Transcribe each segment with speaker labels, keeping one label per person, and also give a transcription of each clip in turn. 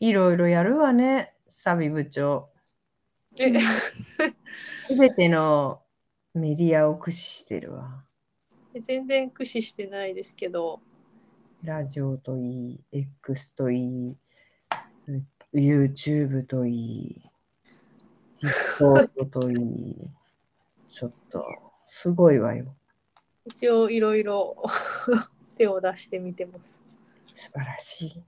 Speaker 1: いろいろやるわね、サビ部長。
Speaker 2: え、
Speaker 3: うん
Speaker 1: すべてのメディアを駆使してるわ。
Speaker 2: 全然駆使してないですけど、
Speaker 1: ラジオといい、X といい、YouTube といい、TikTok といい、ちょっとすごいわよ。
Speaker 2: 一応いろいろ 手を出してみてま
Speaker 1: 素晴らしい。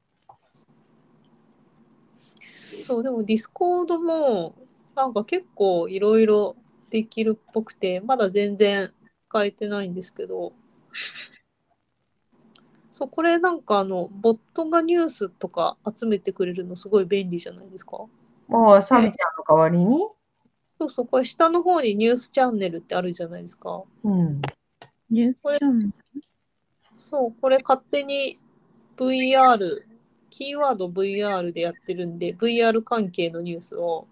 Speaker 2: す。そう、でもディスコードもなんか結構いろいろできるっぽくて、まだ全然変えてないんですけど、そう、これなんかあの、ボットがニュースとか集めてくれるのすごい便利じゃないですか。
Speaker 1: もうサビちゃんの代わりに、
Speaker 2: そうそう、これ下の方にニュースチャンネルってあるじゃないですか。
Speaker 1: うん、
Speaker 3: ニュースチャンネル
Speaker 2: そう、これ勝手に VR、キーワード VR でやってるんで、VR 関係のニュースを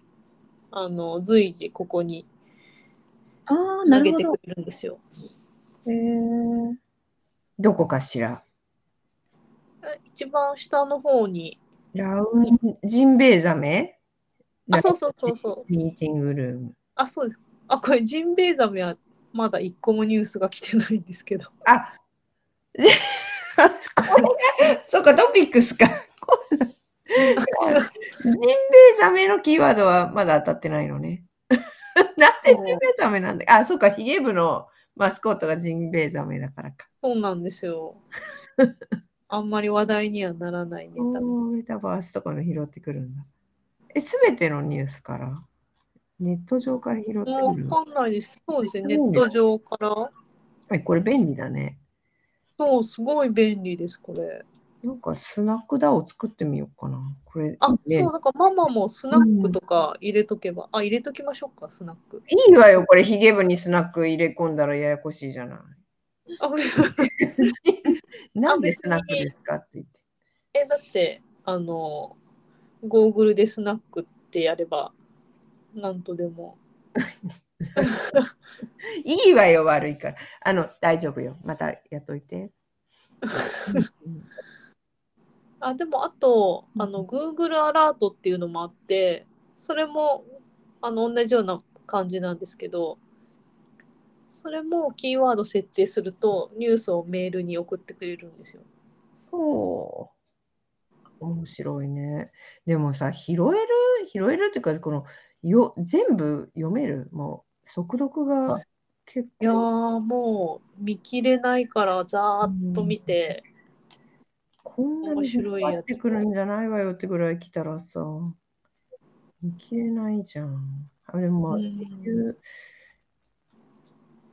Speaker 2: あの随時ここに
Speaker 3: ああ、な
Speaker 2: 投
Speaker 3: る
Speaker 2: げ
Speaker 3: ほ
Speaker 2: てく。
Speaker 3: ど
Speaker 2: れるんですよ。
Speaker 3: へー
Speaker 1: どこかしら。
Speaker 2: 一番下の方に、
Speaker 1: ラウンジンベエザメ
Speaker 2: あ、そうそうそうそう。
Speaker 1: ミーティングルーム。
Speaker 2: あ、そうです。あ、これジンベエザメはまだ一個もニュースが来てないんですけど。
Speaker 1: あ これが、そうか、トピックスか。ジンベエザメのキーワードはまだ当たってないのね。 なんでジンベエザメなんだあ、そうか、ヒゲ部のマスコットがジンベエザメだからか。
Speaker 2: そうなんですよ。あんまり話題にはならないネタ。
Speaker 1: おーメタバースとかの拾ってくるんだ。え、すべてのニュースからネット上から拾ってく
Speaker 2: も
Speaker 1: る
Speaker 2: う
Speaker 1: の
Speaker 2: わかんないです。そうですね。ネット上から。
Speaker 1: え、これ便利だね。
Speaker 2: そう、すごい便利です、これ。
Speaker 1: なんかスナックだを作ってみようかな。これ、
Speaker 2: あ、
Speaker 1: ね
Speaker 2: そう、なんかママもスナックとか入れとけば、あ、入れときましょうか、スナック。
Speaker 1: いいわよ、これ、ヒゲ部にスナック入れ込んだらややこしいじゃない。
Speaker 2: あ、 これ
Speaker 1: なんでスナックですかって言って。
Speaker 2: え、だって、あの、ゴーグルでスナックってやれば、なんとでも。
Speaker 1: いいわよ、悪いから。あの、大丈夫よ。またやっといて。
Speaker 2: あ、でも、あと、
Speaker 1: うん
Speaker 2: あの、Google アラートっていうのもあって、それも、あの、同じような感じなんですけど、それもキーワード設定すると、ニュースをメールに送ってくれるんですよ。
Speaker 1: おー面白いね。でもさ、拾える、拾えるっていうか、このよ全部読める。もう、速読が結
Speaker 2: いやー
Speaker 1: 構。
Speaker 2: もう見切れないからざーっと見て、
Speaker 1: こんなに
Speaker 2: 面白いやつ
Speaker 1: 入ってくるんじゃないわよってぐらい来たらさ、見切れないじゃん。あれも、まあ
Speaker 2: う
Speaker 1: そうんいう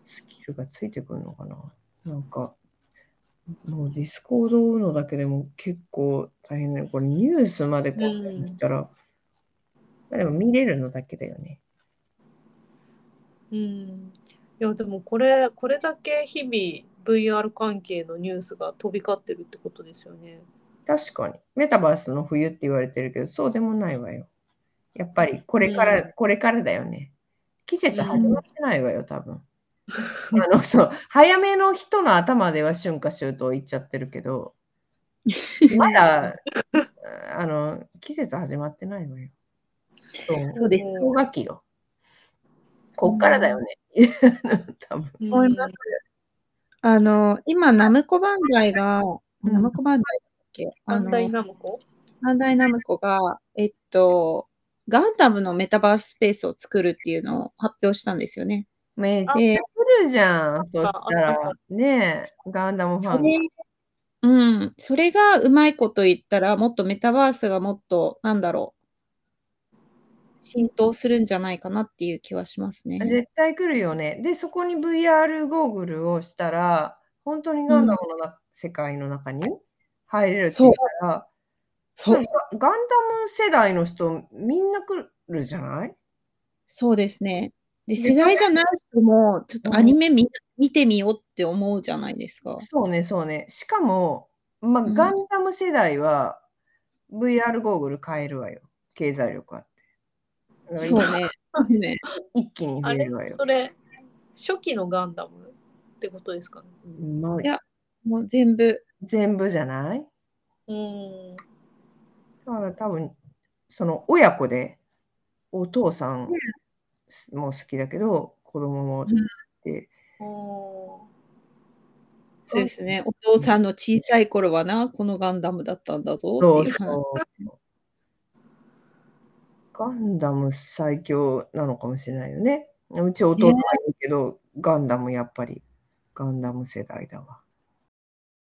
Speaker 1: スキルがついてくるのかな。なんか、もうディスコードを追うのだけでも結構大変だよ。これニュースまでこう
Speaker 2: うん
Speaker 1: 来たら、まあでも見れるのだけだよね。
Speaker 2: うんいやでもこれこれだけ日々 VR 関係のニュースが飛び交ってるってことですよね。
Speaker 1: 確かに。メタバースの冬って言われてるけど、そうでもないわよ。やっぱりこれから、
Speaker 2: う
Speaker 1: これからだよね。季節始まってないわよ、多 分。あの、そう、早めの人の頭では春夏秋冬言っちゃってるけど、ま だ、あの、季節始まってないわよ。そう
Speaker 2: そうです
Speaker 1: 氷河期よ。こっからだよね。 多分。
Speaker 3: 思いますあの、今、ナムコバンダイが、
Speaker 1: うん
Speaker 3: ナムコバンダイだっけあ
Speaker 2: 安
Speaker 3: の、
Speaker 2: 大ナムコ
Speaker 3: バンダイナムコが、えっと、ガンダムのメタバーススペースを作るっていうのを発表したんですよね。
Speaker 1: めっちゃ
Speaker 2: あ
Speaker 1: 来るじゃん。そした
Speaker 2: あ
Speaker 1: ら、ねえ、ガンダムフ
Speaker 3: そ
Speaker 1: ァンが
Speaker 3: れ、うん、それがうまいこと言ったら、もっとメタバースがもっと、なんだろう、浸透するんじゃないかなっていう気はしますね。
Speaker 1: 絶対来るよね。で、そこに VR ゴーグルをしたら、本当にガンダムのな、世界の中に入れるって言うから、
Speaker 3: そ
Speaker 1: そうう、ガガンダム世代の人、みんな来るじゃない
Speaker 3: そうですね。で、
Speaker 1: で
Speaker 3: 世代じゃない人も、ちょっ
Speaker 1: うん
Speaker 3: とアニメみんな見てみようって思うじゃないですか。
Speaker 1: そうね、そうね。しかも、まあ、
Speaker 3: うん
Speaker 1: ガンダム世代は VR ゴーグル買えるわよ。経済力あって。だから
Speaker 3: そうね。ね
Speaker 1: 一気に増
Speaker 2: あ
Speaker 1: え
Speaker 2: れ
Speaker 1: るわよ。
Speaker 2: それ初期のガンダムってことですかね。
Speaker 1: まあ
Speaker 3: いやもう全部
Speaker 1: 全部じゃない
Speaker 2: うん
Speaker 1: だから多分、その親子で、お父さんも好きだけど、子供もって、
Speaker 2: お
Speaker 3: そうですね。お父さんの小さい頃はな、このガンダムだったんだぞ
Speaker 1: そ
Speaker 3: っ
Speaker 1: う
Speaker 3: ていう話。
Speaker 1: そうガンダム最強なのかもしれないよね。うち弟がいるけど、ガンダムやっぱり、ガンダム世代だわ。